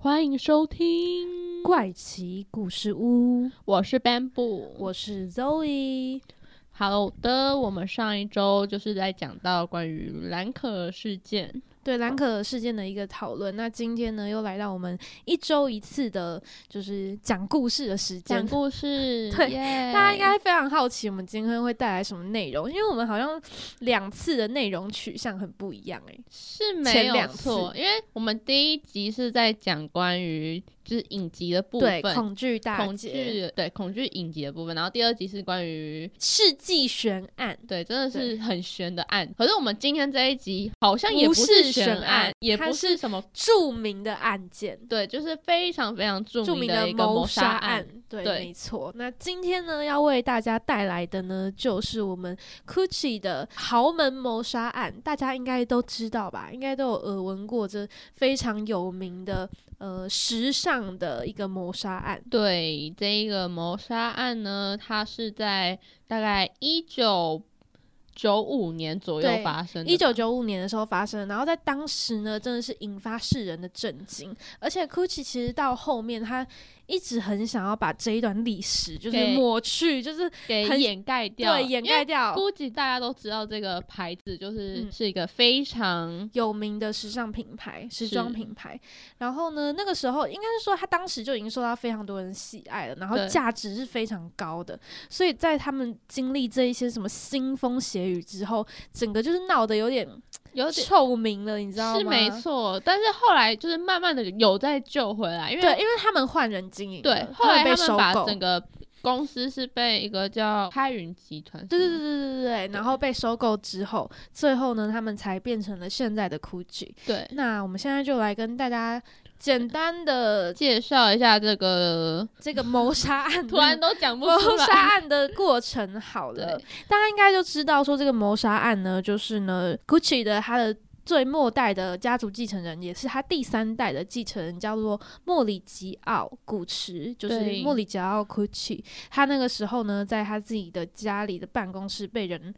欢迎收听，怪奇故事屋，我是 Bamboo，我是 Zoe。好的，我们上一周就是在讲到关于兰可事件，对兰可事件的一个讨论，那今天呢又来到我们一周一次的，就是讲故事的时讲间。故事，对耶大家应该非常好奇，我们今天会带来什么内容？因为我们好像两次的内容取向很不一样、欸，是前没有两错，因为我们第一集是在讲关于就是影集的部对，分。恐惧大恐姐，惧对恐惧影集的部分，然后第二集是关于世纪悬案，对真的是对很悬的案，可是我们今天这一集好像也不是是悬悬案案，也它不是是什么著名的案件。对，就是非常非常著著名名的的一个谋杀杀案。，对，对没错。那今天呢，要为大家带来的呢，就是我们 Gucci 的豪门谋杀案，大家应该都知道吧？应该都有耳闻过这非常有名的呃时尚的一个谋杀案。对这一个谋杀案呢，它是在大概一九九五年左右对发生的。一九九五年的时候发生，然后在当时呢，真的是引发世人的震惊。而且 Gucci 其实到后面，他一直很想要把这一段历史就是给抹去，就是给很掩盖掉，对掩盖。掉。估计大家都知道这个牌子就是、嗯是一个非常有名的时尚品牌、时装是品牌。然后呢，那个时候应该是说，他当时就已经受到非常多人喜爱了，然后对价值是非常高的。所以在他们经历这一些什么腥风血雨之后，整个就是闹得有点有点臭名了，你知道吗？是没。错，但是后来就是慢慢的有再救回来，因为对，因为他们换人经营了，对后来们被他收们把购，整个公司是被一个叫开云集团，对对对对对对对，然后被收购之后，最后呢，他们才变成了现在的 GUCCI。对，那我们现在就来跟大家简单的介绍一下这个这个谋杀案突然都讲不出嗯谋来。杀案的过程好了对，，大家应该就知道说这个谋杀案呢，就是呢，Gucci 的他的最末代的家族继承人，也是他第三代的继承人，叫做莫里吉奥古驰，就是对莫里吉奥 Gucci。他那个时候呢，在他自己的家里的办公室被人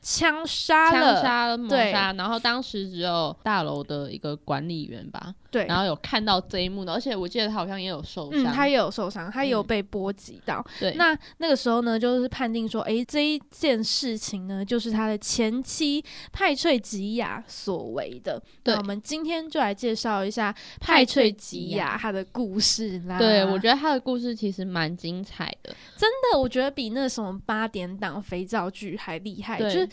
枪杀枪了，杀了谋对杀，然后当时只有大楼的一个管理员吧，对，然后有看到这一幕的，而且我记得他好像也有受嗯，伤，他也有受伤，他也有嗯被波及到。对，那那个时候呢，就是判定说，诶，这一件事情呢，就是他的前妻派翠吉亚所为的。对那我们今天就来介绍一下派派翠翠吉吉亚亚她的故事啦。对我觉得他的故事其实蛮精彩的，真的，我觉得比那什么八点档肥皂剧还厉害，就对是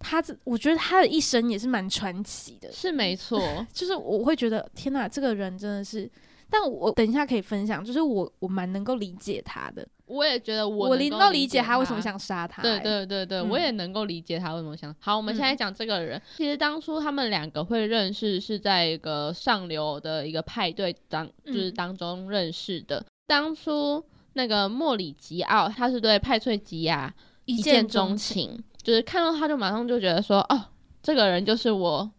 他这，我觉得他的一生也是蛮传奇的。是没错，就是我会觉得，天哪，这个人真的是。但我等一下可以分享，就是我我蛮能够理解他的，我也觉得我我能能够够理理解解他为什么。想杀他、对欸对对对，嗯我也能够理解他为什么想。好，我们嗯现在讲这个人。其实当初他们两个会认识，是在一个上流的一个派对当，就嗯是当中认识的。当初那个莫里吉奥，他是对派翠吉亚一见见钟钟情，就是看到他就马上就觉得说，哦，这个人就是我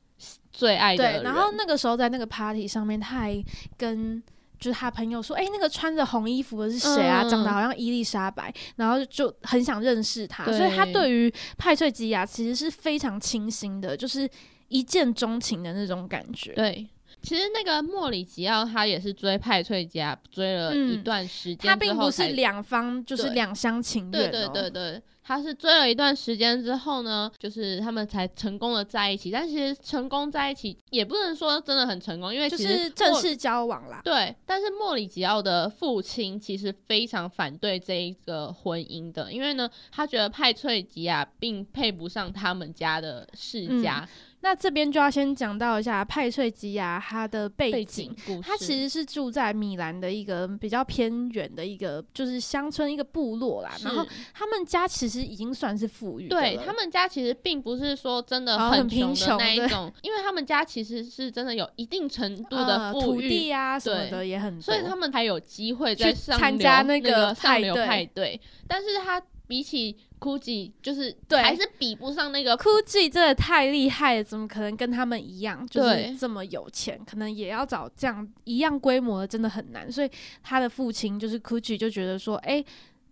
最爱的对，人。然后那个时候在那个 party 上面，他还跟就是他朋友说：“哎、那个穿着红衣服的是谁啊？嗯长得好像伊丽莎白。”然后就很想认识他，对所以他对于派翠吉亚其实是非常清新的，就是一见钟情的那种感觉。对，其实那个莫里吉奥他也是追派翠吉亚追了一嗯段时间之后他才、并不是两方就是对两厢情对愿、哦，对对对，他是追了一段时间之后呢，就是他们才成功的在一起。但其实成功在一起也不能说真的很成功，因为就其实是正莫式交往啦。对，但是莫里吉奥的父亲其实非常反对这一个婚姻的，因为呢，他觉得派翠吉亚并配不上他们家的世嗯家、那这边就要先讲到一下派翠吉亚她的背背景景。故事。他其实是住在米兰的一个比较偏远的一个，就是乡村一个部落啦。是然后他们家其实已经算是富裕的对了他们家其实并不是说真的哦穷很贫的穷那一对种，因为他们家其实是真的有一定程度的呃富土裕，地啊什么对的也很多，所以他们才有机会在去上参流加那那个上派流对派对。但是他比起 Gucci，就是对还是比不上那个 Gucci 真的太厉害了，怎么可能跟他们一样，就对是这么有钱？可能也要找这样一样规模的，真的很难。所以他的父亲就是 Gucci 就觉得说，哎、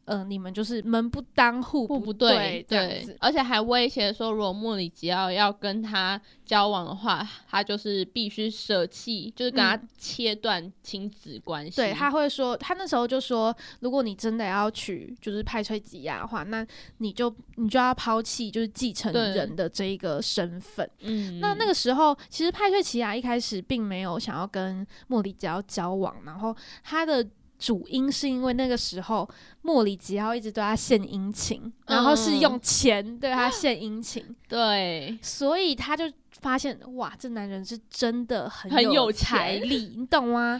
呃，你们就是门不当户不不对，这样子。而且还威胁说，如果莫里吉奥要跟他交往的话，他就是必须舍弃，就是跟他嗯切断亲子关系。对，他会说，他那时候就说，如果你真的要娶就是派翠吉亚的话，那你就你就要抛弃就是继承对人的这一个身份。嗯，那那个时候，其实派翠奇亚一开始并没有想要跟莫里吉奥交往，然后他的主因是因为那个时候莫里吉奥一直对他献殷勤，然后嗯是用钱对他献殷勤，对，所以他就发现哇，这男人是真的很很有钱财 力，你懂吗？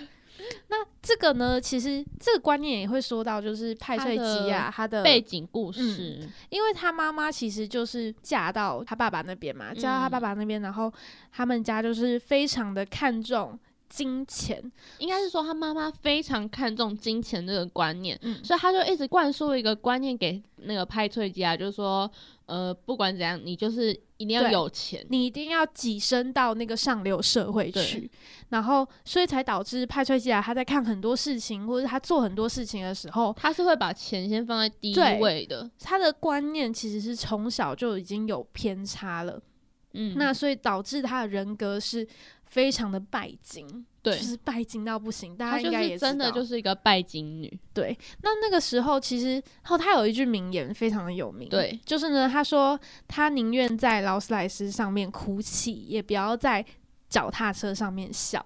那这个呢，其实这个观念也会说到，就是派翠吉亚他的背景呃故事，因为她妈妈其实就是嫁到她爸爸那边嘛，嗯嫁到她爸爸那边，然后他们家就是非常的看重金钱，应该是说他妈妈非常看重金钱这个观念，嗯，所以他就一直灌输一个观念给那个派翠吉啊，就是说，呃，不管怎样，你就是一定要对有钱。你一定要跻身到那个上流社会去，然后所以才导致派翠西亚她在看很多事情或者她做很多事情的时候，他是会把钱先放在第一对位的，她的观念其实是从小就已经有偏差了，嗯，那所以导致她的人格是非常的拜金，对就，是拜金到不行，大她家就应该也是知真的道就是一个拜金女，对，那那个时候其实后他有一句名言非常的有名，对，就是呢，他说他宁愿在劳斯莱斯上面哭泣，也不要在脚踏车上面笑。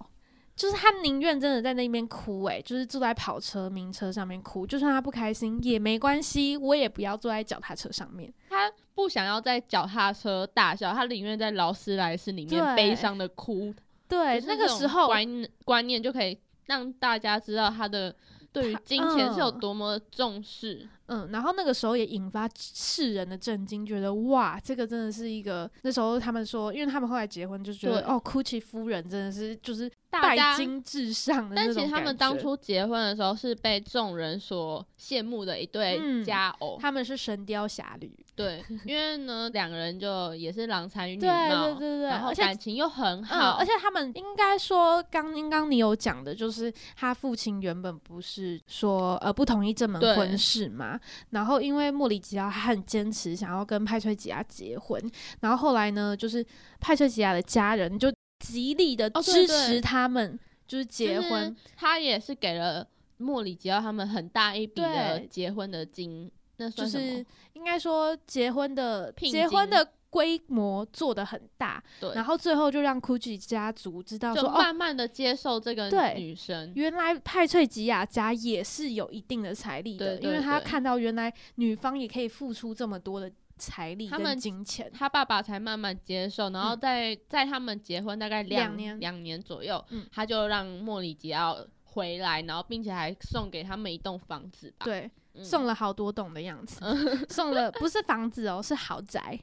就是他宁愿真的在那边哭、欸，诶，就是坐在跑车、名车上面哭，就算他不开心也没关系，我也不要坐在脚踏车上面。她不想要在脚踏车大笑，她宁愿在劳斯莱斯里对面悲伤的哭。对，就是那个这种时候观观念就可以让大家知道她的对于她金钱是有嗯多么的重视。嗯，然后那个时候也引发世人的震惊，觉得哇，这个真的是一个那时候他们说，因为他们后来结婚就觉得对哦，Gucci 夫人真的是就是大拜家金至上的那但种其实他感们当觉初结婚的时候是被众人所羡慕的一嗯对佳偶，他们是《神雕侠侣对，因为呢两个人就也是郎才女》，对貌，对对对，然后而且感情又很嗯，好，而且他们应该说，刚刚刚你有讲的，就是他父亲原本不是说呃不同意这门对婚事嘛，然后因为莫里吉亚他很坚持想要跟派翠吉亚结婚，然后后来呢，就是派翠吉亚的家人就极力的哦支对持对他们。就是结就是婚，他也是给了莫里吉奥他们很大一笔的对结婚的金，那就算什么？是应该说结婚的聘结婚金的规模做得很大，对，然后最后就让 Gucci 家族知道就说，哦，慢慢的接受这个对女生，原来派翠吉亚家也是有一定的财力的，对对因为他对看到原来女方也可以付出这么多的财力他跟们金钱。他爸爸才慢慢接受，然后嗯在、在他们结婚大概两年两年左右，嗯他就让莫里吉奥回来，然后并且还送给他们一栋房子吧，对，嗯 送了好多栋的样子，送了不是房子哦，是 豪宅，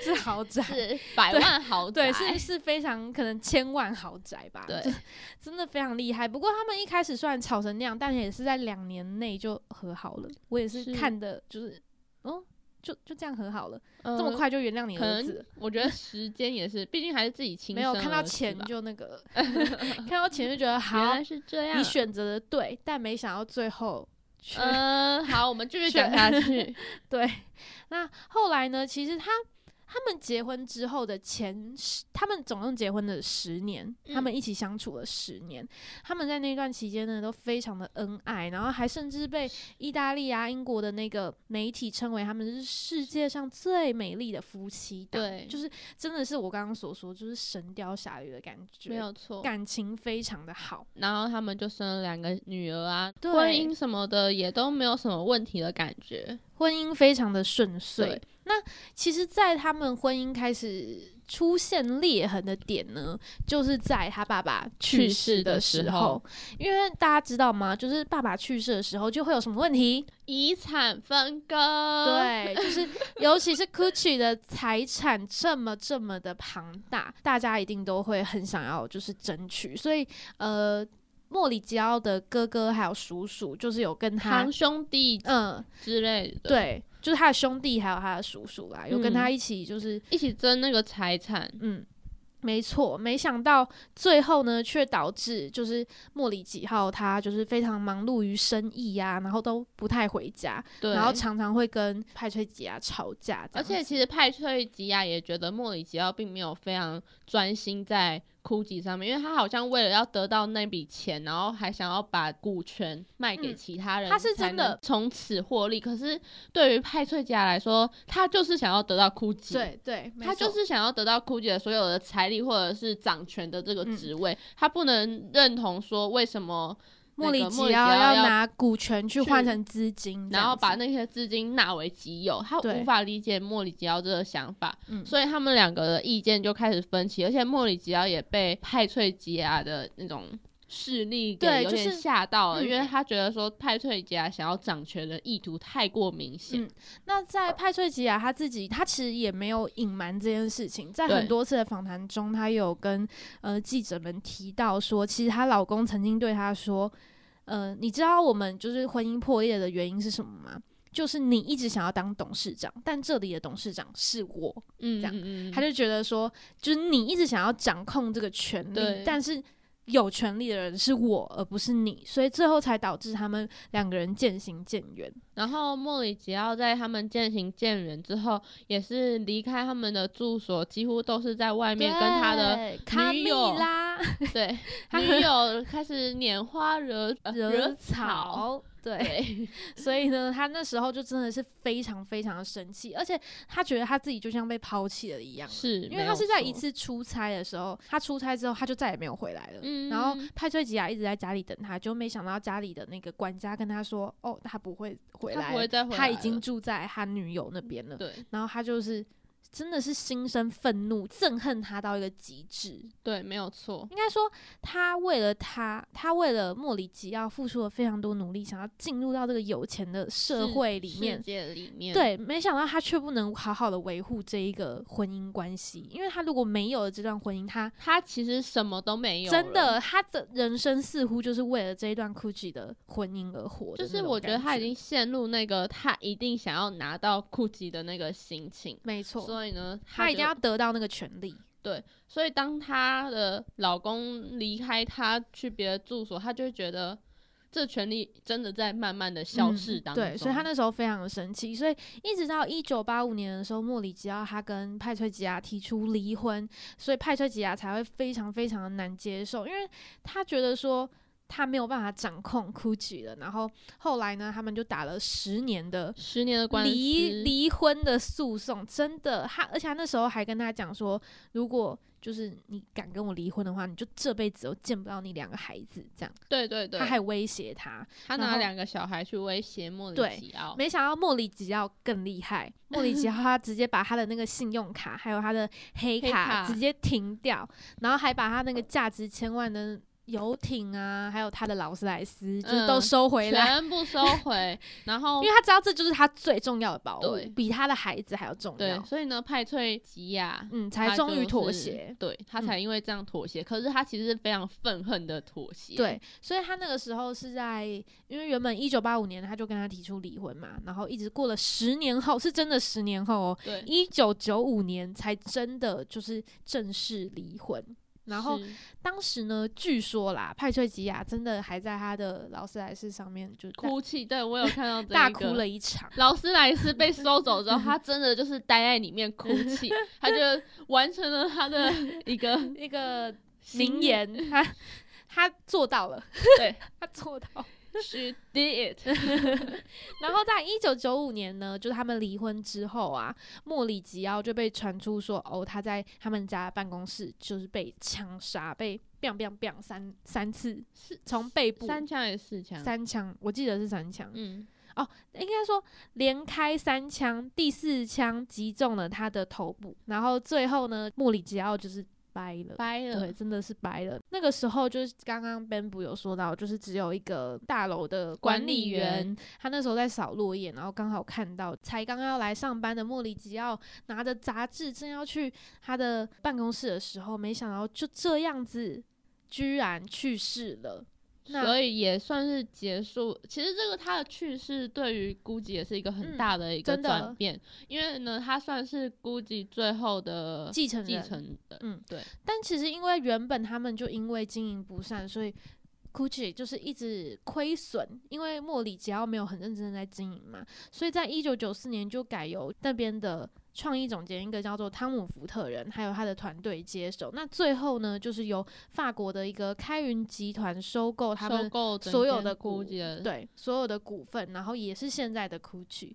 是豪宅，是百万豪宅，对，是是非常可能千万豪宅吧，对就，真的非常厉害。不过他们一开始虽然吵成那样，但也是在两年内就和好了。我也是是看的，就是哦，就就这样和好了，这嗯这么。快就原谅你可儿子 能了。我觉得时间也是，毕竟还是自己亲没有生看到儿子钱吧就 那个，看到钱就觉得原好，来是这样。你选择的对，但没想到最后却、嗯，好，我们继续选讲下去。 对。那后来呢？其实他他们结婚之后的前十，他们总共结婚了十年，他嗯们一起相处了十年。他们在那段期间呢，都非常的恩爱，然后还甚至被意大利啊、英国的那个媒体称为他们是世界上最美丽的夫妻档。对就是真的是我刚刚所说，就是《神雕侠侣》的感觉， 没有错。感情非常的好。然后他们就生了两个女儿啊，对婚姻什么的也都没有什么问题的感觉。婚姻非常的顺遂对。那其实，在他们婚姻开始出现裂痕的点呢，就是在他爸爸去去世世的的时时候候。因为大家知道吗？就是爸爸去世的时候，就会有什么问题？遗产分割，，对，就是尤其是 Gucci 的财产这么这么的庞大，大家一定都会很想要就是争取。所以，呃，莫里吉奥的哥哥还有叔叔，就是有跟他堂。兄弟嗯，之类的，，对，就是他的兄弟还有他的叔叔啦，有跟嗯他一起就是一起争那个财产。嗯，没错，没想到最后呢，却导致就是莫里几号他就是非常忙碌于生意呀、然后都不太回家，对，然后常常会跟派翠吉亚吵架这而样子，且其实派翠吉亚也觉得莫里吉奥并没有非常专心在枯吉上面，因为他好像为了要得到那笔钱，然后还想要把股权卖给嗯其他人，他是真的从此获利。可是对于派翠吉亚来说，他就是想要得到枯吉，，对对，没他就错是想要得到枯吉的所有的财力或者是掌权的这个嗯职位，他不能认同说为什么莫里那个莫吉里吉奥奥要要拿股权去去换成资金这样子，然后把那些资金纳为己有，他对无法理解莫里吉奥这个想法，嗯所以他们两个的意见就开始分歧，而且莫里吉奥也被派翠吉亚的那种势力对给有点就是吓到了，嗯因为他觉得说派翠吉亚想要掌权的意图太过明显，嗯那在派翠吉亚他自己，他其实也没有隐瞒这件事情，在对很多次的访谈中，他有跟呃记者们提到说，其实她老公曾经对她说，呃，你知道我们就是婚姻破裂的原因是什么吗？就是你一直想要当董事长，但这里的董事长是我。嗯，这样嗯嗯他就觉得说，就是你一直想要掌控这个权利对，但是有权利的人是我，而不是你，所以最后才导致他们两个人渐行渐远。然后莫里吉奥在他们渐行渐远之后，也是离开他们的住所，几乎都是在外面跟他的对卡女蜜友拉。对 他女友开始拈花惹 惹草，草。对，对。 所以呢，他那时候就真的是非常非常的生气，而且他觉得他自己就像被抛弃了一样，是，因没为他有是在一错，次出差的时候，他出差之后他就再也没有回来了。嗯然后派翠吉啊亚一直在家里等他，就没想到家里的那个管家跟他说：“哦，他不会回他来不会了，再回他来已经了嗯住在他女友那边了。”对然后他就是真的是心生愤怒，憎恨他到一个极致。对，没有错，应该说，他为了他，他为了莫里吉奥付出了非常多努力，想要进入到这个有钱的社世会里世面。界里面，对，没想到他却不能好好的维护这一个婚姻关系，因为他如果没有了这段婚姻，他他其实什么都没有，真。的他的人生似乎就是为了这一段 Gucci 的婚姻而活的就那种是感。我觉得他已经陷入那个他一定想要拿到酷吉的那个心情，没错，所以呢，他一定就要得到那个权利。所以当她的老公离开她去别的住所，她就会觉得这权利真的在慢慢的消嗯逝当中。对，所以他那时候非常的生气，所以一直到一九八五年的时候，莫里吉奥他跟派翠吉亚提出离婚，所以派翠吉亚才会非常非常的难接受，因为他觉得说他没有办法掌控 Gucci 了。然后后来呢，他们就打了十年的十年的关系，离离婚的诉讼，真的，他而且他那时候还跟他讲说，如果就是你敢跟我离婚的话，你就这辈子都见不到你两个孩子，这样，对对对，他还威胁他，他然拿后两个小孩去威胁莫对里吉奥，没想到莫里吉奥更 厉害，莫里吉奥他直接把他的那个信用卡还有他的黑黑卡卡直接停掉，然后还把他那个价值千万的游艇啊，还有他的劳斯莱斯，就是都嗯收回来，全部收回，然后 因为他知道这就是他最重要的宝物对，比他的孩子还要重对要，。所以呢，派翠吉亚嗯，他才终就于妥是协。，对他嗯才因为这样妥协。可是他其实是非常愤恨的妥协，对，所以他那个时候是在，因为原本一九八五年他就跟他提出离婚嘛，然后一直过了十年后，是真的十年后哦，对，一九九五年才真的就是正式离婚。然后是当时呢，据说啦，派翠吉亚真的还在他的劳斯莱斯上面就大哭泣，对我有看到这大一哭个了一场。劳斯莱斯被收走之后，他真的就是待在里面哭泣，他就完成了他的一个那 个心名，言， 他他做到了， 对他做到。 ，She did it， 然后在一九九五年呢，就是他们离婚之后啊，莫里吉奥就被传出说，哦，他在他们家办公室就是被枪杀，被 biang biang biang 三三次，是从背部三枪还是四枪？三枪，我记得是三枪，嗯，应该说连开三枪，第四枪击中了他的头部，然后最后呢，莫里吉奥就是掰了。掰了对，，真的是掰了。那个时候就是刚刚 Bamboo 有说到，就是只有一个大楼的管理员，管理他那时候在扫落叶，然后刚好看到才刚要来上班的莫里吉奥拿着杂志正要去他的办公室的时候，没想到就这样子居然去世了。那所以也算是结束。其实这个他的去世对于 Gucci 也是一个很大的一个嗯真的转变，因为呢，他算是 Gucci 最后的继承继人。承的，嗯，对，但其实因为原本他们就因为经营不善，所以 Gucci 就是一直亏损，因为莫里只要没有很认真地在经营嘛，所以在一九九四年就改由那边的创意总监一个叫做汤姆福特人，还有他的团队接手。那最后呢，就是由法国的一个开云集团收购他们收购整所有间的股 Gucci 的对所有的股份，然后也是现在的 Gucci。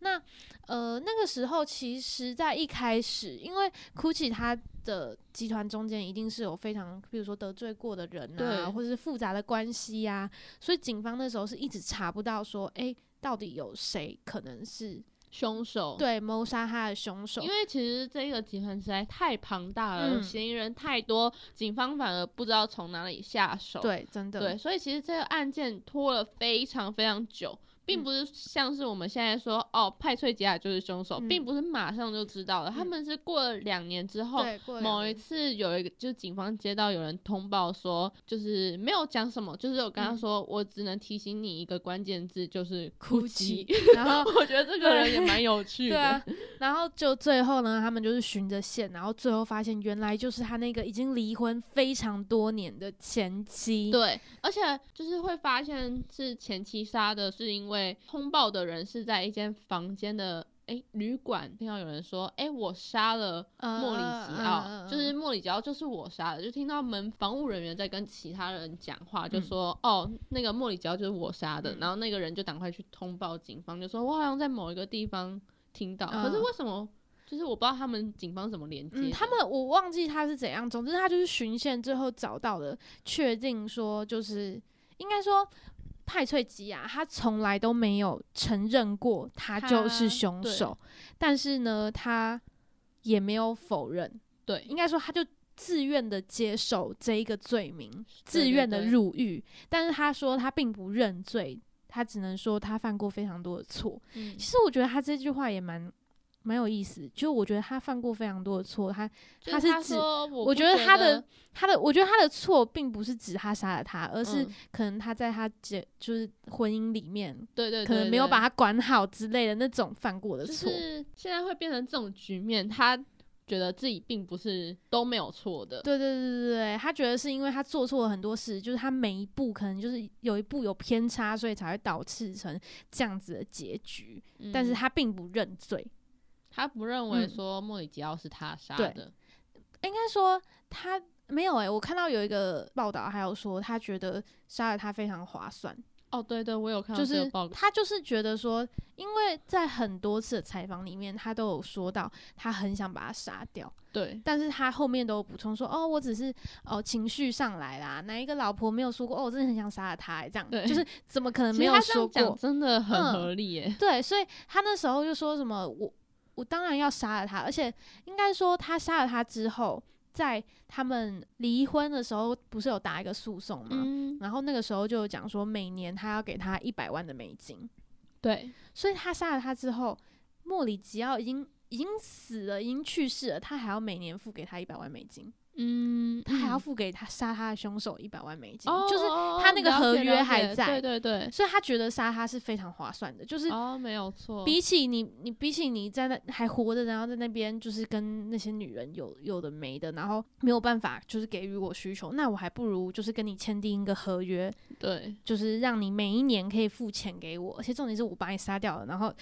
那呃，那个时候其实，在一开始，因为 Gucci 它的集团中间一定是有非常，比如说得罪过的人啊，对或者是复杂的关系呀、所以警方那时候是一直查不到说，诶，到底有谁可能是凶手，对谋杀他的凶手哦因？为其实这个集团实在太庞大了，嗯嫌疑人太多，警方反而不知道从哪里下手。对，真的，对，所以其实这个案件拖了非常非常久，并嗯不是像是我们现在说、哦，派翠吉亚就是凶手，嗯并不是马上就知道了，他嗯们是过了两年之后。对，过了两某一年次有一个，就是警方接到有人通报说，就是没有讲什么，就是我跟他嗯说，我只能提醒你一个关键字，就是哭泣。 Gucci，然后 我觉得这个人也蛮有趣的。 对啊，然后就最后呢，他们就是循着线，然后最后发现原来就是他那个已经离婚非常多年的前妻。对，而且就是会发现是前妻杀的，是因为通报的人是在一间房间的诶旅馆，听到有人说诶我杀了嗯，莫里吉奥，嗯就是莫里吉奥就是我杀的，就听到门防务人员在跟其他人讲话，就嗯说、哦那个莫里吉奥就是我杀的，嗯然后那个人就赶快去通报警方，就说我好像在某一个地方听到，可是嗯为什么？就是我不知道他们警方怎么连接的、嗯，他们我忘记他是怎样，总之他就是循线最后找到的，确定说就是应该说派翠吉啊，他从来都没有承认过他就是他凶对手，但是呢，他也没有否认，对应该说他就自愿的接受这一个罪名，自对愿的对入狱，但是他说他并不认罪，他只能说他犯过非常多的错。嗯其实我觉得他这句话也蛮蛮有意思，就我觉得他犯过非常多的错，他就他他是指说我我不觉觉得他的他的，我觉得他的错并不是指他杀了他，而是嗯可能他在他结就是婚姻里面，对对对可能没有对把他管好之类的那种犯过的就错。是现在会变成这种局面，他觉得自己并不是都没有错的。对对对对对，他觉得是因为他做错了很多事，就是他每一步可能就是有一步有偏差，所以才会导致成这样子的结局。嗯但是他并不认罪，他不认为嗯说莫里吉奥是他杀对的，应该说他没有诶、欸我看到有一个报道，还有说他觉得杀了他非常划算，哦，对对，我有看到就这是个报告，他就是觉得说，因为在很多次的采访里面，他都有说到他很想把他杀掉，对但是他后面都有补充说，哦，我只是哦情绪上来啦，哪一个老婆没有说过，哦，我真的很想杀了他、欸，这样对就是怎么可能其呃没实有他这样说讲过？真的很嗯合理耶。对，所以他那时候就说什么我我当然要杀了他，而且应该说他杀了他之后，在他们离婚的时候不是有打一个诉讼吗？嗯，然后那个时候就有讲说，每年他要给他一百万的美金，对，所以他杀了他之后，莫里吉奥已经已经死了，已经去世了，他还要每年付给他一百万美金，嗯，他还要嗯付给他杀他的凶手一百万美金，哦，就是哦他那个了合解约了还解在对对对，所以他觉得杀他是非常划算的，就是哦，没有错，比起你你比起你在那还活着，然后在那边就是跟那些女人有有的没的，然后没有办法就是给予我需求，那我还不如就是跟你签订一个合约，对就是让你每一年可以付钱给我，而且重点是我把你杀掉了，然后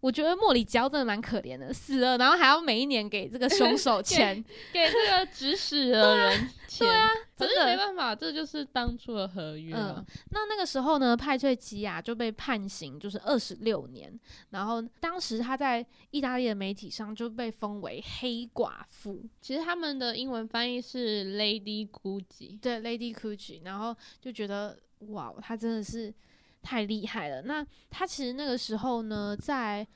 我觉得莫里吉奥真的蛮可怜的，死了然后还要每一年给这个 凶手钱，给这个指使的人钱，对啊，可真是的没办法，这就是当初的合约嗯啊。那那个时候呢，派翠吉亚就被判刑，就是二十六年。然后当时他在意大利的媒体上就被封为黑寡妇，其实他们的英文翻译是 Lady Gucci，对 Lady Gucci，然后就觉得哇，他真的是太厉害了。那他其实那个时候呢，在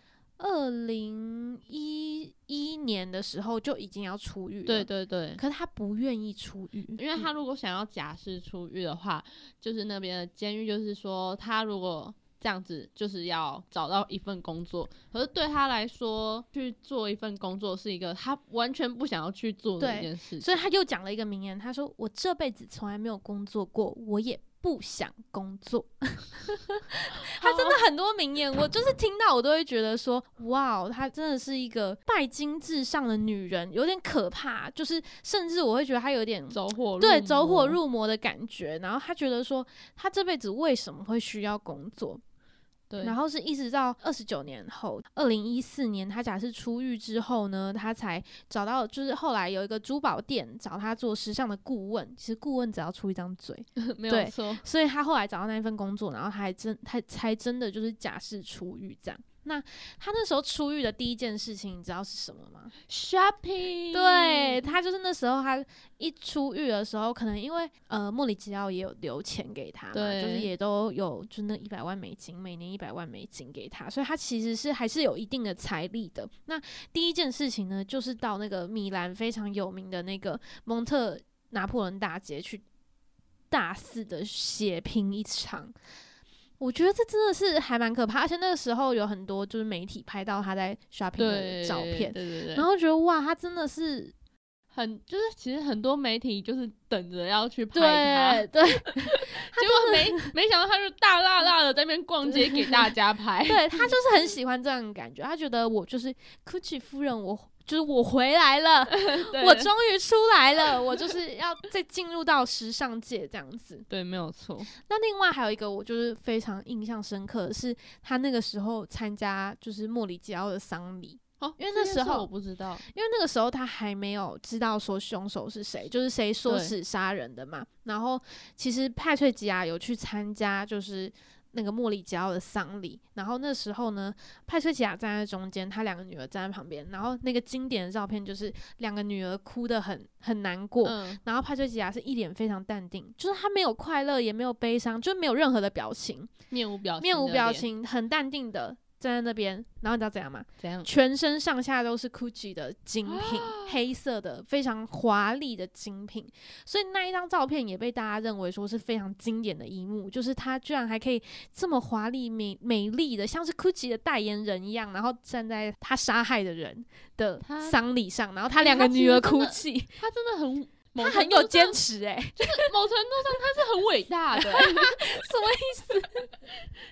二零一一年的时候就已经要出狱了，对。嗯对对，可是他不愿意出狱，因为他如果想要假释出狱的话，就是那边的监狱就是说，他如果这样子就是要找到一份工作，可是对他来说，去做一份工作是一个他完全不想要去做的对一件事情。所以他又讲了一个名言，他说：“我这辈子从来没有工作过，我也不想工作。他哦真的很多名言，我就是听到我都会觉得说，哇，她真的是一个拜金至上的女人，有点可怕。就是甚至我会觉得她有点走火入对走火魔入魔的感觉。然后她觉得说，她这辈子为什么会需要工作？对，然后是一直到二十九年后，二零一四年，他假释出狱之后呢，他才找到，就是后来有一个珠宝店找他做时尚的顾问，其实顾问只要出一张嘴，没对有错，所以他后来找到那一份工作，然后他还真他才真的就是假释出狱这样。那他那时候出狱的第一件事情，你知道是什么吗？ shopping，对他就是那时候他一出狱的时候，可能因为呃莫里吉奥也有留钱给他嘛，就是对也都有就那一百万美金，每年一百万美金给他，所以他其实是还是有一定的财力的。那第一件事情呢，就是到那个米兰非常有名的那个蒙特拿破仑大街去大肆的血拼一场。我觉得这真的是还蛮可怕，而且那个时候有很多就是媒体拍到他在 shopping 的对照片，对对对，然后觉得哇，他真的是很就是其实很多媒体就是等着要去拍他，对 对结果没没想到他就大辣辣的在那边逛街给大家 拍，对，他就是很喜欢这样的感觉，他觉得我就是 Gucci 夫人，我就是我回来了， 对我终于出来了，我就是 要再进入到时尚界这样子。对没有错，那另外还有一个我就是非常印象深刻的是，他那个时候参加就是莫里吉奥的丧礼，哦，因为这那件时事候我不知道，因为那个时候他还没有知道说凶手是谁，就是谁唆对使杀人的嘛。然后其实派翠吉亚有去参加，就是那个莫里吉奥的丧礼。然后那时候呢，派翠吉亚站在中间，他两个女儿站在旁边。然后那个经典的照片就是两个女儿哭得很很难过。嗯，然后派翠吉亚是一脸非常淡定，就是她没有快乐，也没有悲伤，就没有任何的表情，面无表情，面无表，情，很淡定的站在那边。然后你知道怎样吗？怎样？全身上下都是 GUCCI 的精 品，黑色的非常华丽的精品，所以那一张照片也被大家认为说是非常经典的一幕，就是他居然还可以这么华丽美美丽的，像是 GUCCI 的代言人一样，然后站在他杀害的人的他丧礼上，然后他两个女儿哭泣，他真的很，某 他程很有度坚上，持诶、某程度上他是很伟大的，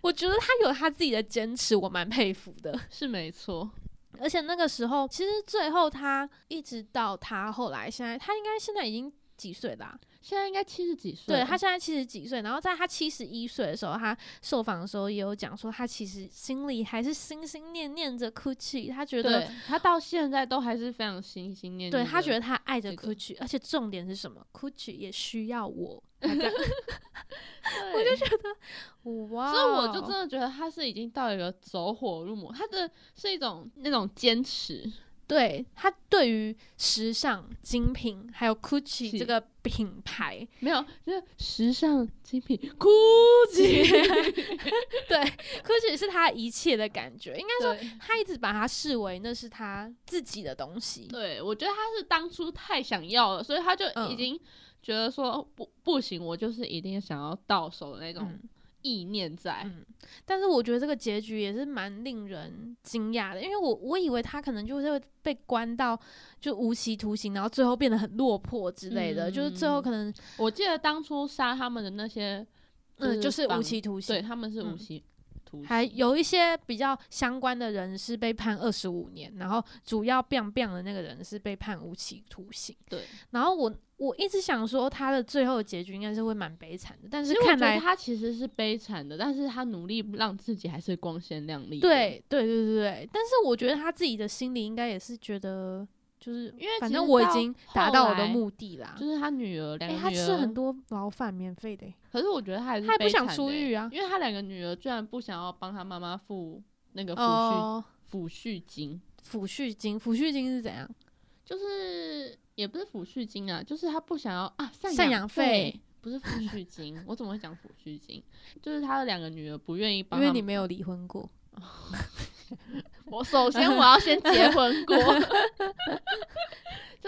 我觉得他有他自己的坚持，我蛮佩服的。是没错， 而且那个时候，其实最后他一直到他后来，现在他应该现在已经几岁啊啦、现在应该七十几岁，对他现在七十几岁，然后在他七十一岁的时候，他受访的时候也有讲说，他其实心里还是心心念念着 Gucci，他觉得对他到现在都还是非常心心念念的，对他觉得他爱着这个 Gucci，而且重点是什么？Gucci 也需要我，对，哦我就觉得哇，所以我就真的觉得他是已经到一个走火入魔，他的是一种那种坚持，对他对于时尚精品还有 Gucci 是这个品牌，没有就是时尚精品 GUCCI， 对 Gucci 是他一切的感觉，应该对他一直把它视为那是他自己的东西。对，我觉得他是当初太想要了，所以他就嗯已经觉得说、哦不不行，我就是一定想要到手的那种嗯意念在。嗯但是我觉得这个结局也是蛮令人惊讶的，因为我我以为他可能就是会被关到就无期徒刑，然后最后变得很落魄之类的，就是最嗯后可能我记得当初杀他们的那些，嗯就是绑无期徒对刑，他们是无嗯期徒刑，还有一些比较相关的人是被判二十五年，然后主要 biang biang 的那个人是被判无期徒刑。对，然后我我一直想说他的最后的结局应该是会蛮悲惨的，但是其实我看觉得来他其实是悲惨的，但是他努力让自己还是光鲜亮丽。，对对对对对，但是我觉得他自己的心里应该也是觉得，就是因为反其正实我已到经达后到我的来目的啦。就是他女儿两哎、个女儿，他吃很多牢饭，免费的欸、可是我觉得他还是他也不悲惨想的出欸，狱啊。因为他两个女儿居然不想要帮他妈妈付那个抚恤哦，抚恤金，抚恤金，抚恤金是怎样？就是也不是抚恤金啊，就是他不想要啊赡赡养费费。不是抚恤金，我怎么会讲抚恤金？就是他的两个女儿不愿意帮因他为们，你没有离婚过。我首先我要先结婚过， 就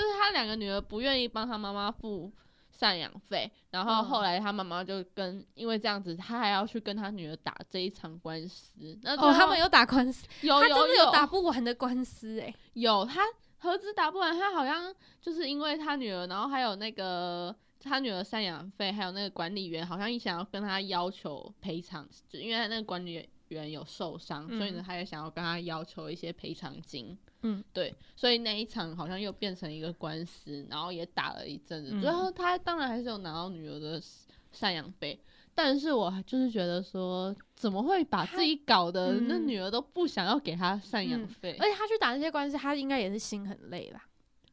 是他两个女儿不愿意帮他妈妈付赡养费，然后嗯后来他妈妈就跟因为这样子，他还要去跟他女儿打这一场官司。那最哦，后他们有打官司，有他真有的哦有打不完的官司哎、有他何止打不完，他好像就是因为他女儿，然后还有那个他女儿赡养费，还有那个管理员好像也想要跟他要求赔偿，就因为那个管理员有受伤，所以呢，嗯他也想要跟他要求一些赔偿金。嗯，对，所以那一场好像又变成一个官司，然后也打了一阵子，嗯最后他当然还是有拿到女儿的赡养费。但是我就是觉得说，怎么会把自己搞得嗯那女儿都不想要给他赡养嗯费？而且他去打那些官司，他应该也是心很累啦，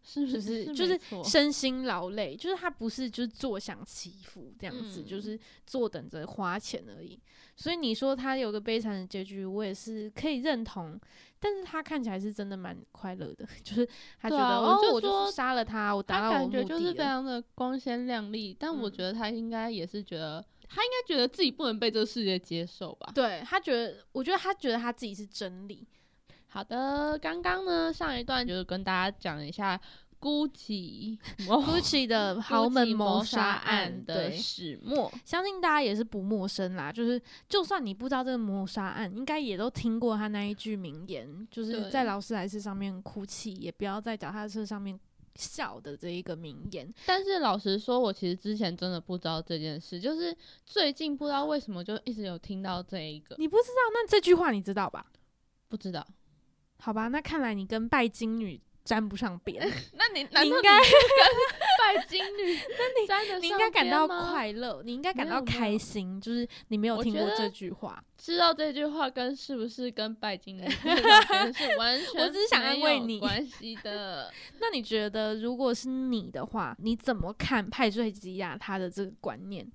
是不就是是就是没错身心劳累，就是他不是就是坐享其福这样子，嗯就是坐等着花钱而已。所以你说他有个悲惨的结局，我也是可以认同，但是他看起来是真的蛮快乐的， 就是他觉对得、啊哦我，就我就说是杀了他，我达他到我感目觉的就是非了常的光鲜亮丽，但我嗯觉得他应该也是觉得，他应该觉得自己不能被这个世界接受吧。对他觉得，我觉得他觉得他自己是真理，好的，刚刚呢上一段就是跟大家讲一下 GUCCI 嗯 Gucci 的豪门 Gucci 谋谋杀案案的对始末，相信大家也是不陌生啦。就是就算你不知道这个谋杀案，应该也都听过他那一句名言，就是对在劳斯莱斯上面哭泣，也不要在脚踏车上面笑的这一个名言。但是老实说，我其实之前真的不知道这件事，就是最近不知道为什么就一直有听到这一个，你不知道，那这句话你知道吧？不知道。好吧，那看来你跟拜金女沾不上边， 那你你难道 应该拜金女？那你沾得你应该感上到边吗快乐，你应该感没到有没有开心，就是你没有我听觉过得这句话。知道这句话跟是不是跟拜金 女 这两个人是完全我只是想安慰没你有关系 的。那你觉得，如果是你的话，你怎么看派瑞吉亚他的这个观念？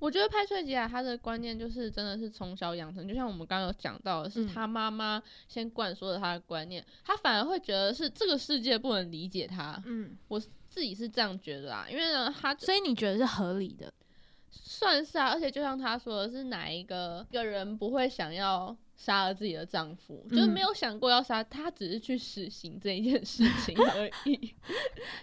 我觉得派翠吉啊，他的观念就是真的是从小养成，就像我们刚刚有讲到的，是嗯他妈妈先灌输了他的观念，他反而会觉得是这个世界不能理解他，嗯，自己是这样觉得啊，因为呢，他所以你觉得是合理的？算是啊，而且就像他说的是，哪一个一个人不会想要杀了自己的丈夫，就是嗯没有想过要杀，他只是去实行这一件事情而已。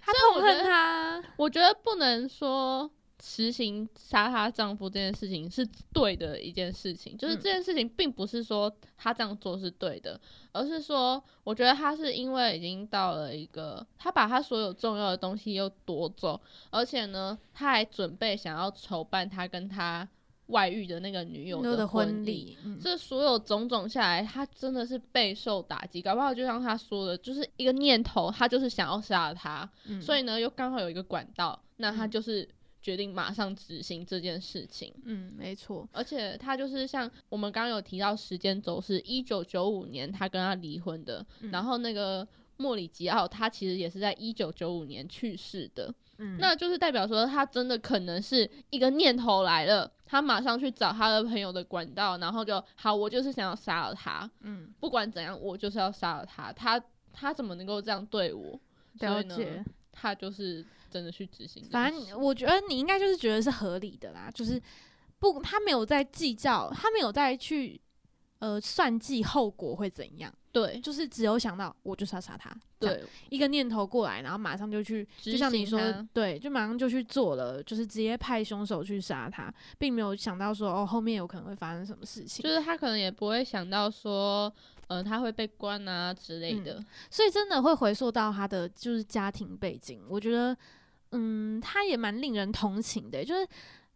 他以我痛觉恨得他，我觉得不能说实行杀她丈夫这件事情是对的一件事情，就是嗯这件事情并不是说她这样做是对的，而是说我觉得她是因为已经到了一个她把她所有重要的东西又夺走，而且呢，她还准备想要筹办她跟她外遇的那个女友的的婚礼。礼，嗯这所有种种下来，她真的是备受打击。搞不好就像她说的，就是一个念头，她就是想要杀了他。嗯所以呢，又刚好有一个管道，那他嗯就是决定马上执行这件事情。嗯，没错，而且他就是像我们刚刚有提到时间轴是一九九五年他跟他离婚的，嗯然后那个莫里吉奥他其实也是在一九九五年去世的，嗯，那就是代表说他真的可能是一个念头来了，他马上去找他的朋友的管道，然后就好，我就是想要杀了他，嗯，不管怎样，我就是要杀了他，他他怎么能够这样对我？了所以呢解。他就是真的去执行这件事。反正我觉得你应该就是觉得是合理的啦，就是不，他没有在计较，他没有在去呃算计后果会怎样，对就是只有想到我就是要杀他，这样对，一个念头过来，然后马上就去，执就像你行说它，对，就马上就去做了，就是直接派凶手去杀他，并没有想到说哦后面有可能会发生什么事情就。是他可能也不会想到说，呃，他会被关啊之类嗯的。所以真的会回溯到他的就是家庭背景，我觉得，嗯，他也蛮令人同情的，欸就是。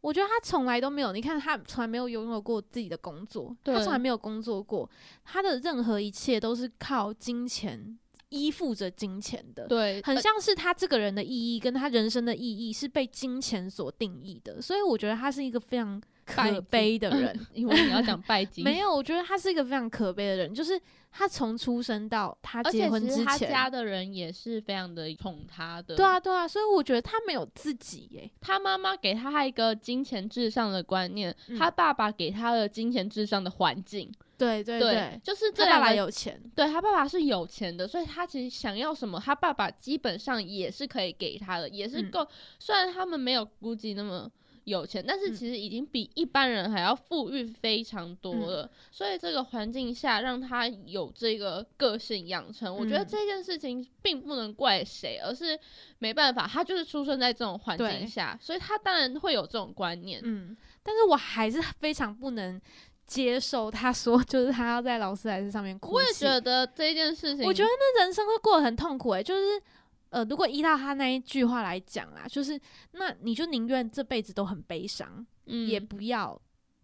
我觉得他从来都没有，你看他从来没有拥有过自己的工作，他对从来没有工作过，他的任何一切都是靠金钱依附着金钱的，对，很呃像是他这个人的意义跟他人生的意义是被金钱所定义的，所以我觉得他是一个非常拜可金悲的人， 因为你要讲 拜金，没有，我觉得他是一个非常可悲的人，就是他从出生到他而结且婚其之实他前，家的人也是非常的宠他的。对啊，，对啊，所以我觉得他没有自己耶、他妈妈给他一个金钱至上的观念，嗯他爸爸给他的金钱至上的环境。对对对，就是这他爸两爸个有钱，对他爸爸是有钱的，所以他其实想要什么，他爸爸基本上也是可以给他的，也是嗯够。虽然他们没有估计那么有钱，但是嗯其实已经比一般人还要富裕非常多嗯了。所以这个环境下让他有这个个性养成，我觉得嗯这件事情并不能怪谁，而是没办法，他就是出生在这种环对境下，所以他当然会有这种观念。嗯，但是我还是非常不能接受他说，就是他要在劳斯莱斯上面哭泣。我也觉得这件事情，我觉得那人生会过得很痛苦诶、就是呃，如果依照他那一句话来讲啦，就是那你就宁愿这辈子都很悲伤，嗯，也不要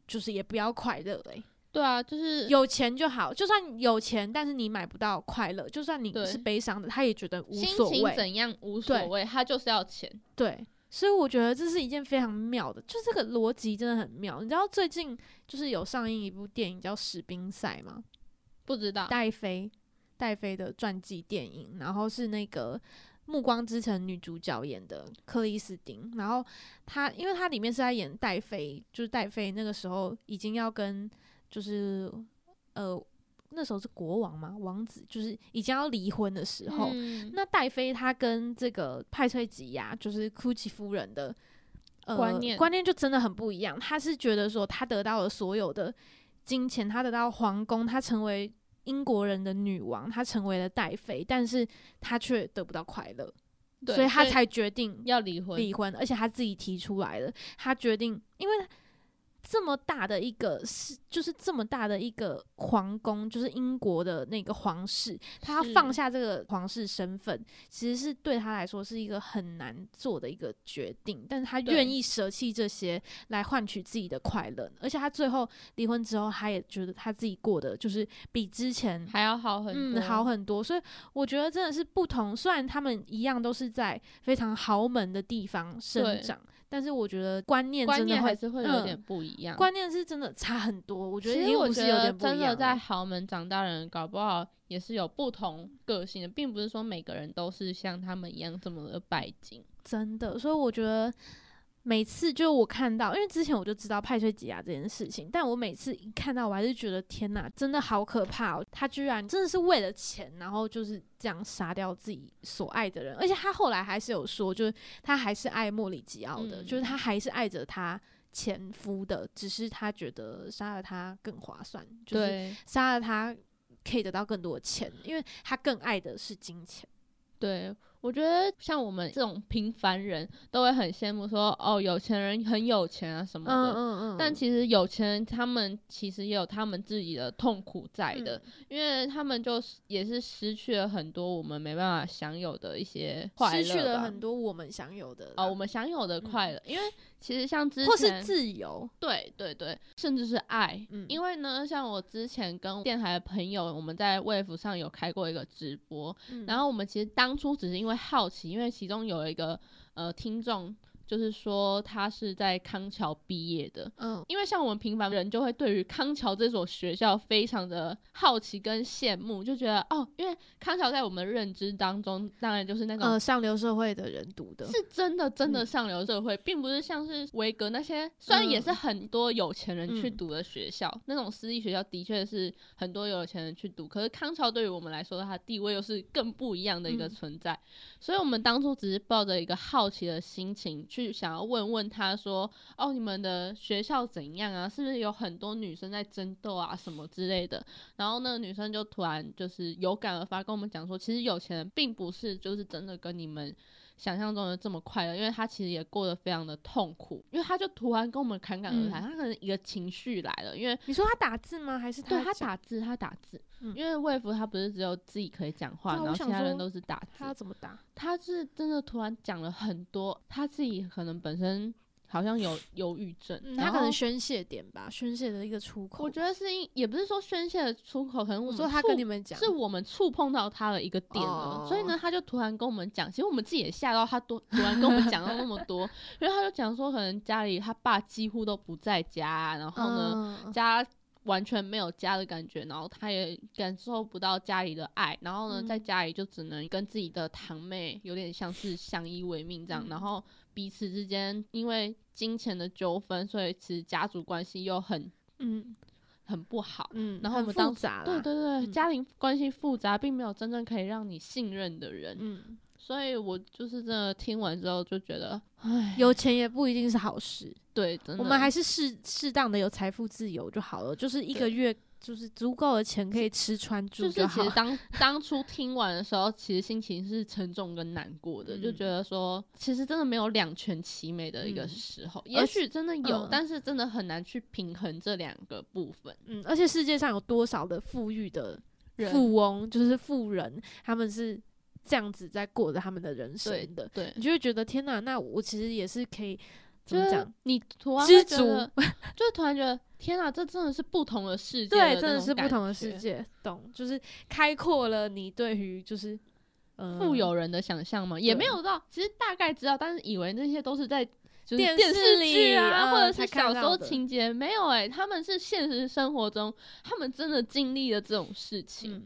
就是也不要快乐嘞、对啊，就是有钱就好，就算有钱，但是你买不到快乐，就算你对是悲伤的，他也觉得无心所情谓。怎样无所对谓，他就是要钱。对，所以我觉得这是一件非常妙的，就这个逻辑真的很妙。你知道最近就是有上映一部电影叫《史宾赛》吗？不知道，戴妃，戴妃的传记电影，然后是那个《暮光之城》女主角演的克里斯汀，然后她因为她里面是在演戴妃，就是戴妃那个时候已经要跟就是呃那时候是国王嘛，王子就是已经要离婚的时候，嗯那戴妃她跟这个派翠吉亚，就是库奇夫人的、呃观念观念就真的很不一样。她是觉得说，她得到了所有的金钱，她得到皇宫，她成为英国人的女王，她成为了戴妃，但是她却得不到快乐，对所以她才决定要离婚。离婚，而且她自己提出来了，她决定，因为这么大的一个是，就是这么大的一个皇宫，就是英国的那个皇室，她是放下这个皇室身份，其实是对她来说是一个很难做的一个决定，但是她对愿意舍弃这些来换取自己的快乐，而且她最后离婚之后，她也觉得她自己过得就是比之前还要好很多，嗯，好很多。所以我觉得真的是不同，虽然他们一样都是在非常豪门的地方对生长，但是我觉得观念观真的念还会，是会有嗯点不一样。观念是真的差很多。我觉得其已实经我不觉是有得点不真一的样在了。豪门长大的人，搞不好也是有不同个性的，并不是说每个人都是像他们一样这么的拜金。真的，所以我觉得每次就我看到，因为之前我就知道派翠吉亚这件事情，但我每次一看到，我还是觉得天哪，真的好可怕、哦！他居然真的是为了钱，然后就是这样杀掉自己所爱的人，而且他后来还是有说，就是他还是爱莫里吉奥的，嗯就是他还是爱着他。前夫的，只是他觉得杀了他更划算，就是对杀了他可以得到更多的钱，因为他更爱的是金钱。对，我觉得像我们这种平凡人都会很羡慕说，哦，有钱人很有钱啊什么嗯的。嗯嗯，但其实有钱人他们其实也有他们自己的痛苦在的，嗯因为他们就是也是失去了很多我们没办法享有的一些快乐失去了吧很多我们享有的哦，我啦们享有的快乐，因为其实像之前或是自由，对对对，甚至是爱，嗯因为呢，像我之前跟电台的朋友，我们在 Wave 上有开过一个直播，然后后我们其实当初只是因为好奇，因为其中有一个呃听众。就是说，他是在康桥毕业的，嗯因为像我们平凡人就会对于康桥这所学校非常的好奇跟羡慕，就觉得哦，因为康桥在我们认知当中，当然就是那种呃上流社会的人读的，嗯是真的真的上流社会，并不是像是维格那些，虽然也嗯是很多有钱人去读的学校，那种私立学校的确是很多有钱人去读，可是康桥对于我们来说，它地位又是更不一样的一个嗯存在。所以我们当初只是抱着一个好奇的心情去想要问问他说，哦，你们的学校怎样啊？是不是有很多女生在争斗啊什么之类的？然后那个女生就突然就是有感而发，跟我们讲说，其实有钱人并不是就是真的跟你们想象中的这么快乐，因为他其实也过得非常的痛苦，因为他就突然跟我们侃侃而嗯谈，他可能一个情绪来了，因为你说他打字吗？还是对他他讲打字，他打字，嗯因为魏福他不是只有自己可以讲话，对啊然后我其想他人说都是打字他，要怎么打？他是真的突然讲了很多，他自己可能本身好像有忧郁症，嗯，然他可后能宣泄点吧，宣泄的一个出口。嗯我觉得是因也不是说宣泄的出口，可能我我们说他触跟你们讲是我们触碰到他的一个点了，哦所以呢，他就突然跟我们讲，其实我们自己也吓到他多，突然跟我们讲到那么多， 因为他就讲说，可能家里他爸几乎都不在家啊，然后呢，呢，家完全没有家的感觉，然后他也感受不到家里的爱，然后呢，嗯在家里就只能跟自己的堂妹有点像是相依为命这样，嗯然后彼此之间因为金钱的纠纷，所以其实家族关系又很嗯很不好。嗯，然后我们很当复杂对啦，对对，嗯家庭关系复杂，并没有真正可以让你信任的人，嗯，所以我就是真的听完之后就觉得，唉，嗯有钱也不一定是好事，对，真的，我们还是适适当的有财富自由就好了，就是一对个月就是足够的钱可以吃穿住就是好其实了。当 当初听完的时候，其实心情是沉重跟难过的，就嗯觉得说，其实真的没有两全其美的一个嗯时候，而也且许真的有，嗯但是真的很难去平衡这两个部分。嗯，而且世界上有多少的富裕的人富翁，就是富人，他们是这样子在过着他们的人对生的，对，你就会觉得天哪，那我其实也是可以就怎么是讲？你突然知会觉足 得，就是突然觉得，天啊，这真的是不同的世界，对，真的是不同的世，界，懂？就是开阔了你对于就是呃富有人的想象嘛，也没对有到，其实大概知道，但是以为那些都是在。就是电电视视里剧啊，嗯或者才是看小时到候的情节，没有哎、他们是现实生活中，他们真的经历了这种事情，嗯。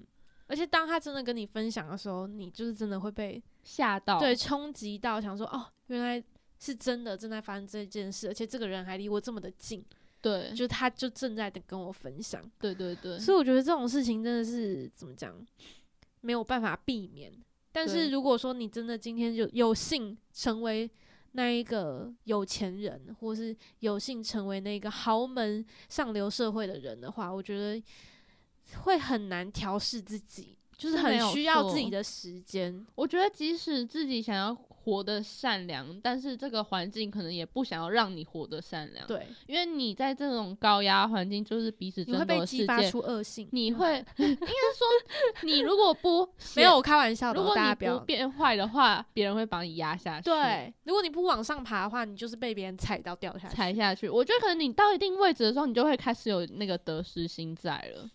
而且当他真的跟你分享的时候，你就是真的会被吓、到，对冲击到，想说哦，原来是真的正在发生这件事，而且这个人还离我这么的近，对，就他就正在的跟我分享。对对对，所以我觉得这种事情真的是怎么讲，没有办法避免。但是对如果说你真的今天就有幸成为那一个有钱人，或是有幸成为那个豪门上流社会的人的话，我觉得会很难调试自己，就是是没很有需要错自己的时间。我觉得即使自己想要活得善良，但是这个环境可能也不想要让你活得善良，，对，因为你在这种高压环境，就是彼此你争夺会被的激世发界，出恶性。你会 应该说，你如果不没有，我开玩笑写，的如哦，果大家你不要不。变坏的话，别人会把你压下去，，对，如果你不往上爬的话，你就是被别人踩到掉下去。踩下去。我觉得可能你到一定位置的时候，你就会开始有那个得失心在了。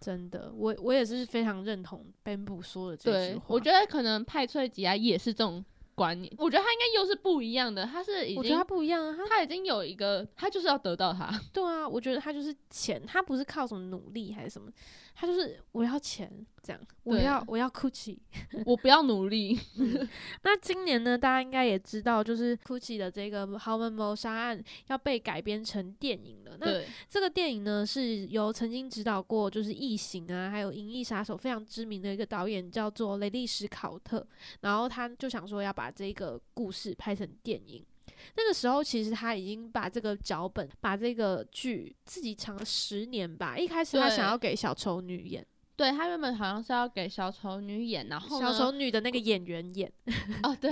真的，我我也是非常认同 Bamboo 说的这句对话。，我觉得可能派翠吉啊也是这种观念，我觉得他应该又是不一样的，他是已我觉得经他。不一样啊，他他已经有一个，他就是要得到他， 对啊，我觉得他就是钱，他不是靠什么努力还是什么，他就是我要钱这样，我对要我要 Gucci。我不要努力。那今年呢，大家应该也知道，就是 Gucci 的这个豪门谋杀案要被改编成电影了。那对，这个电影呢，是由曾经指导过就是《异形》啊，还有《银翼杀手》非常知名的一个导演叫做雷利·史考特，然后他就想说要把这个故事拍成电影。那个时候，其实他已经把这个脚本、把这个剧自己藏了十年吧。一开始他对想要给小丑女演，对他原本好像是要给小丑女演，然后小呢丑女的那个演员演， 哦， 对，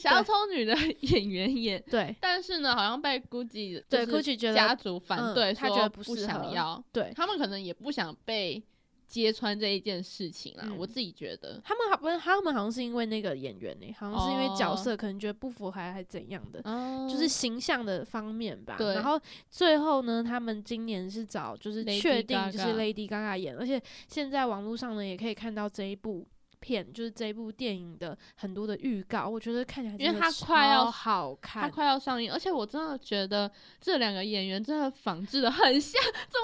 小丑女的 演员演，对但是呢，好像被 Gucci 对就是，Gucci 觉家得族嗯反对，他觉说得不不适合想要，对。他们可能也不想被揭穿这一件事情啦。嗯我自己觉得，他们好不是，他们好像是因为那个演员呢、欸好像是因为角哦色可能觉得不符合还还怎样的，哦就是形象的方面吧。对然后最后呢，他们今年是找就是 Lady 确定就是 Gaga Lady Gaga 演，而且现在网络上呢也可以看到这一部片，就是这一部电影的很多的预告，我觉得看起来因为真的它快要超好他看，快要上映，而且我真的觉得这两个演员真的仿制的很像，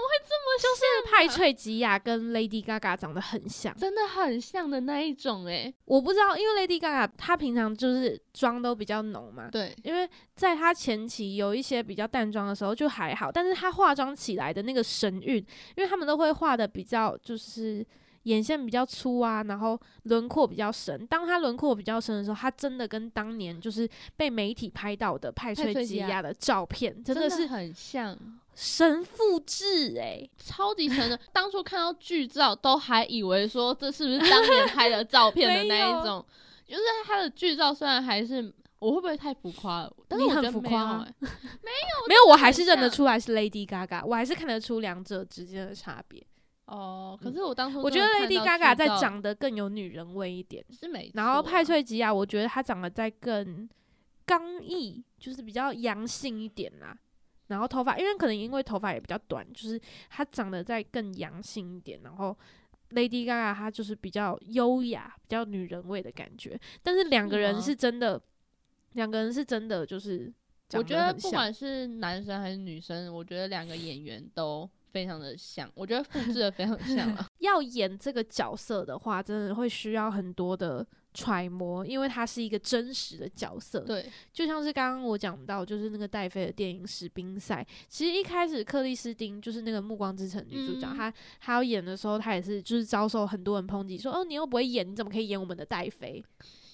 就是派翠吉亚跟 Lady Gaga 长得很像。真的很像的那一种哎、我不知道，因为 Lady Gaga 她平常就是妆都比较浓嘛。对，因为在她前期有一些比较淡妆的时候就还好，但是她化妆起来的那个神韵，因为他们都会画的比较就是眼线比较粗啊，然后轮廓比较深。当她轮廓比较深的时候，她真的跟当年就是被媒体拍到的派派翠翠吉吉亚亚的照片，真的的是很像。神复制哎诶、超级神的，当初看到剧照都还以为说这是不是当年拍的照片的 没有那一种，就是他的剧照虽然还是我会不会太浮夸了？但是你我觉很得浮没夸有、啊欸，没有，我还很是认得像出来是 Lady Gaga，我还是看得出两者之间的差别。哦，可是我当初嗯我觉得真 Lady 的看 Gaga 到再剧照长得更有女人味一点。是没错啊，然后派翠吉亚，我觉得她长得再更刚毅，就是比较阳性一点啦。然后头发，因为可能因为头发也比较短，就是她长得再更阳性一点。然后 Lady Gaga 她就是比较优雅、比较女人味的感觉。但是两个人吗是真的，两个人是真的就是我长觉得很不像管是男生还是女生，我觉得两个演员都非常的像，我觉得复制的非常像 啊。要演这个角色的话，真的会需要很多的揣摩，因为它是一个真实的角色。对，就像是刚刚我讲到，就是那个戴妃的电影《史宾赛》，其实一开始克里斯汀就是那个《暮光之城》女主角，嗯她她要演的时候，她也是就是遭受很多人抨击，说哦你又不会演，你怎么可以演我们的戴妃？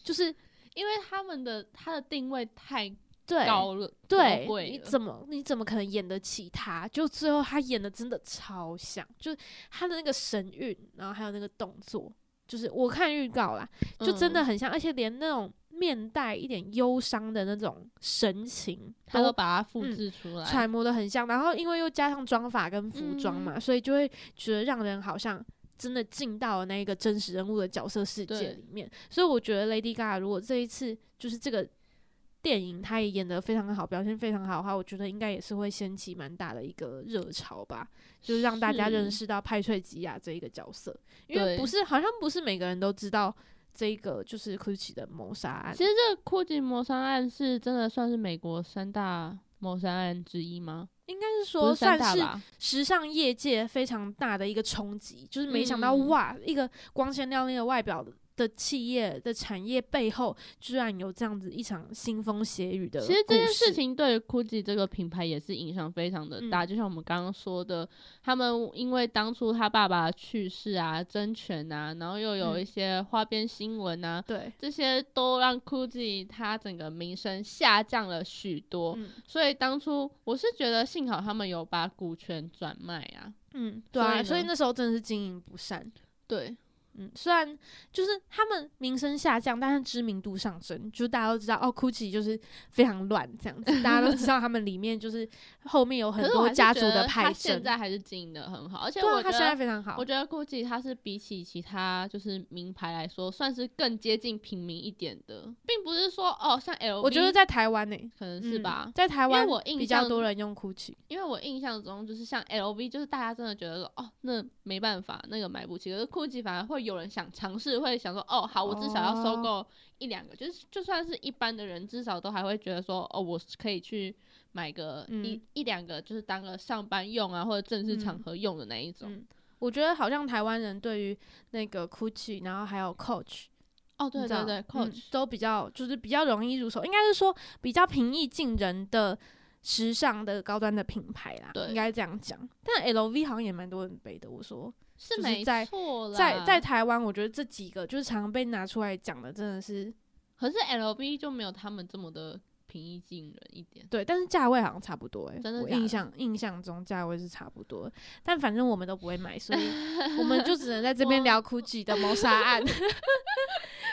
就是因为他们的他的定位太对高了，对高，贵你了怎么你怎么可能演得起她？就最后她演的真的超像，就是她的那个神韵，然后还有那个动作，就是我看预告啦，就真的嗯很像，而且连那种面带一点忧伤的那种神情，他都把它复嗯制出来，揣嗯摩的很像，然后因为又加上妆法跟服装嘛，所以就会觉得让人好像真的进到了那一个真实人物的角色世界对里面。所以我觉得 Lady Gaga 如果这一次就是这个电影她也演得非常好，表现非常好的话，我觉得应该也是会掀起蛮大的一个热潮吧，就是让大家是认识到派翠吉亚这一个角色，因为对不是好像不是每个人都知道。这一个就是 Gucci 的谋杀案，其实这个酷刑谋杀案是真的算是美国三大谋杀案之一吗？应该是不说是三算大是吧？时尚业界非常大的一个冲击，就是没想到、嗯哇，一个光鲜亮丽的外表的企业的产业背后，居然有这样子一场腥风血雨的故其事。实这件事情对于 GUCCI 这个品牌也是影响非常的大，嗯就像我们刚刚说的，他们因为当初他爸爸去世啊、争权啊，然后又有嗯一些花边新闻啊，对，这些都让 GUCCI 它整个名声下降了许多。嗯所以当初我是觉得幸好他们有把股权转卖啊，嗯，对所以啊，呢所以那时候真的是经营不善。对，嗯，虽然就是他们名声下降，但是知名度上升，就是大家都知道哦，GUCCI 就是非常乱这样子，大家都知道他们里面就是后面有 很可是我多还是家族觉得的他派现生。在还是经营的很好，而且对我觉啊，他现在得。非常好我。觉得 GUCCI 它是比起其他就是名牌来说，算是更接近平民一点的，并不是说哦像 LV，我觉得在台湾呢、可能是吧嗯，在台因为湾我印比较象多人用 GUCCI。因为我印象中就是像 LV，就是大家真的觉得说哦那没办法，那个买不起，可是 GUCCI 反而会有人想尝试，会想说哦好，我至少要收哦购一两个，就是就算是一般的人，至少都还会觉得说哦我可以去买个一、嗯一两个，就是当个上班用啊或者正式场嗯合用的那一种。嗯我觉得好像台湾人对于那个 GUCCI，然后还有 Coach，哦你对知道对对嗯，Coach，都比较就是比较容易入手，应该是说比较平易近人的时尚的高端的品牌啦，对应该这样讲。但 LV 好像也蛮多人背的，我说是是没在错啦，在在台湾，我觉得这几个就是常被拿出来讲的，真的是可是 LV 就没有他们这么的平易近人一点。对，但是价位好像差不多哎、欸，真的我假的印象印象中价位是差不多的，但反正我们都不会买，所以我们就只能在这 边我聊 GUCCI 的谋杀案。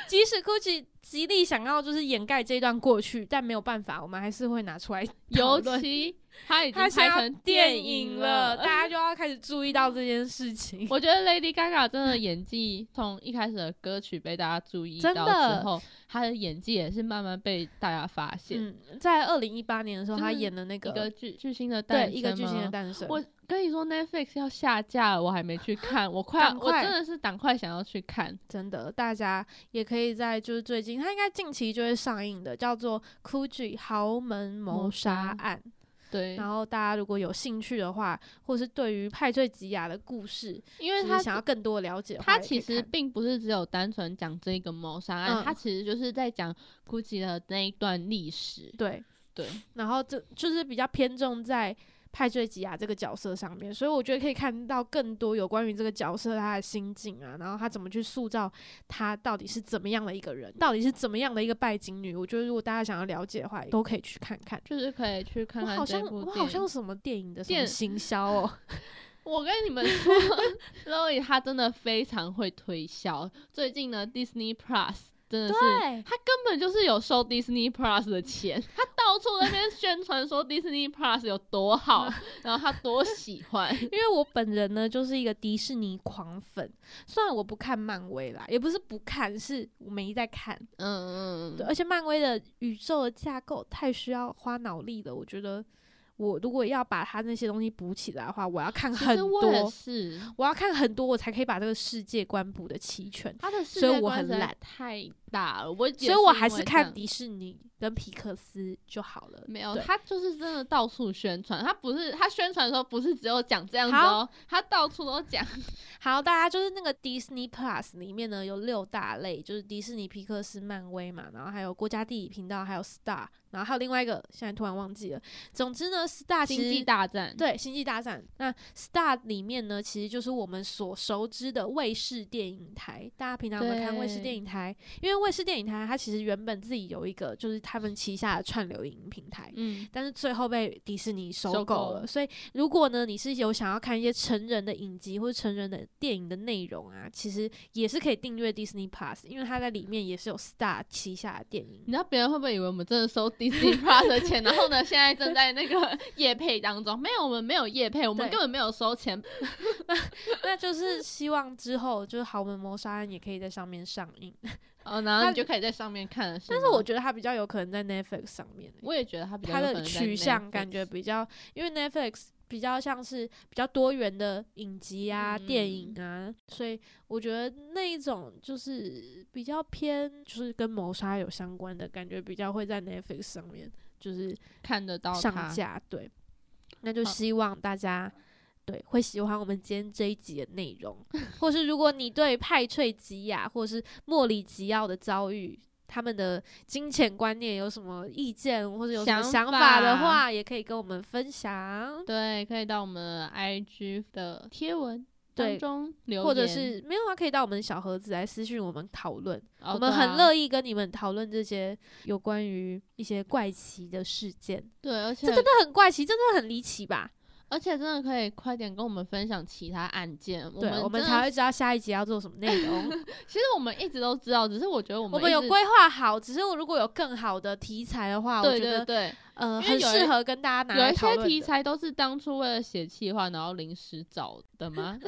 即使 GUCCI 极力想要就是掩盖这段过去，但没有办法，我们还是会拿出来讨尤论。其他 已经它拍现在要成电影影了， 了，大家就要开始注意到这件事情。我觉得 Lady Gaga 真的演技，从一开始的歌曲被大家注意真到的之后，她的演技也是慢慢被大家发现。嗯，在二零一八年的时候，就是他演的那一个个巨巨星的诞对生一个巨星的吗诞生，我跟你说，Netflix 要下架了，我还没去看，我快要赶我快真的是赶快想要去看。真的，大家也可以在就是最近，它应该近期就会上映的，叫做《Gucci 豪门谋杀案》。对，然后大家如果有兴趣的话，或是对于派翠吉亚的故事，因就为是他想要更多了解的话，他也可以其实看并不是只有单纯讲这个谋杀案，嗯他其实就是在讲 GUCCI 的那一段历史。对，对，然后这就是比较偏重在派翠吉亚这个角色上面，所以我觉得可以看到更多有关于这个角色他的心境啊，然后他怎么去塑造他到底是怎么样的一个人，到底是怎么样的一个拜金女。我觉得如果大家想要了解的话，都可以去看看。就是可以去看我看好这像部我电好影。像什么电影的什么电行 销哦，我跟你们 说，Lori 她真的非常会推销。最近呢，Disney Plus 真的是，对，她根本就是有收 Disney Plus 的钱，她到处那边宣传说 Disney Plus 有多 好，然后她多喜欢。 因为我本人呢就是一个迪士尼狂粉，虽然我不看漫威啦，也不是不看，是我没在看，嗯嗯对，嗯，而且漫威的宇宙的架构太需要花脑力了，我觉得我如果要把它那些东西补起来的话，我要看其很实我也多，是，我要看很多，我才可以把这个世界观补的齐全。她的世所以界我观很实在懒太大了，我所以我还是是看迪士尼跟皮克斯就好了。没有，对他就是真的到处宣传，他不是他宣传的时候不是只有讲这样子好哦，他到处都讲。好，大家就是那个 Disney Plus 里面呢有六大类，就是迪士尼、皮克斯、漫威嘛，然后还有国家地理频道，还有 Star，然后还有另外一个，现在突然忘记了。总之呢，Star 其星实际大战，对，《星际大战》那 Star 里面呢，其实就是我们所熟知的卫视电影台。大家平常有没有看卫视对电影台？因为卫视电影台它其实原本自己有一个，就是他们旗下的串流影音平台。嗯，但是最后被迪士尼收收购购了，所以如果呢你是有想要看一些成人的影集或者成人的电影的内容啊，其实也是可以订阅 Disney Plus，因为它在里面也是有 Star 旗下的电影 你。知道别人会不会以为我们真的收 Disney Disney Plus 的钱，然后呢，现在正在那个 夜配当中。没有，我们没有夜配，我们对根本没有收钱。那就是希望之后就是《豪门谋杀案》也可以在上面上映，哦，然后但你就可以在上面看了。但是吗我觉得它比较有可能在 Netflix 上面欸、我也觉得它比较它有可的能在取向 Netflix 感觉比较，因为 Netflix 比较像是比较多元的影集啊、电嗯影啊，所以我觉得那一种就是比较偏就是跟谋杀有相关的感觉，比较会在 Netflix 上面就是看得到上它。架。对，那就好希望大家。对，会喜欢我们今天这一集的内容， 或是如果你对派翠吉亚或是莫里吉奥的遭遇，他们的金钱观念有什么意见，或者有什么想想法的法话，也可以跟我们分享。对，可以到我们 IG 的贴文当对中留言，或者是没有啊，可以到我们的小盒子来私讯我们讨论，哦我对们很啊乐意跟你们讨论这些有关于一些怪奇的事件，对，而且这真的很怪奇，真的很离奇吧？而且真的可以快点跟我们分享其他案件，我对，们我们真的才会知道下一集要做什么内 容。其实我们一直都知道，只是我觉得我们我我们有规划好，只是我如果有更好的题材的话，对我觉对得对，因呃为很有适一合跟大家拿有来一讨些论的。题材都是当初为了写企划，然后临时找的吗？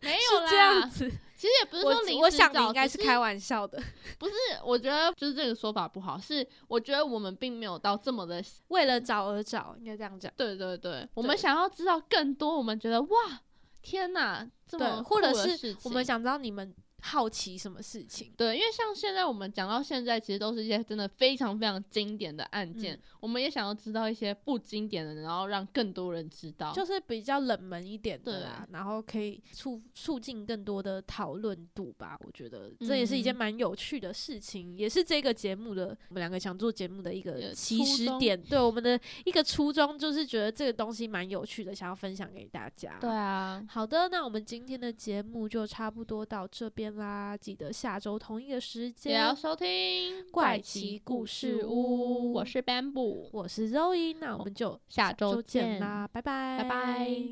没有是啦，这样子，其实也不是说临我时我想你找应该只是开玩 笑的，不是？我觉得就是这个说法不好，是我觉得我们并没有到这么的，为了找而找，应该这样讲。对对对，我们想要知道更多，我们觉得哇，天哪，这对，么或者酷的是事我们情想知道你们好奇什么事情。对，因为像现在我们讲到现在，其实都是一些真的非常非常经典的案件，嗯我们也想要知道一些不经典的，然后让更多人知道。就是比较冷门一点的啦，然后可以促促进更多的讨论度吧。我觉得这也是一件嗯蛮有趣的事情，也是这个节目的我们两个想做节目的一个也起初始衷点。对我们的一个初衷就是觉得这个东西蛮有趣的，想要分享给大家。对啊，好的，那我们今天的节目就差不多到这边啦。记得下周同一个时也要间，收听《怪奇故事屋我是 Bamboo，我是 Zoe，那我们就下周见见啦，拜拜，拜拜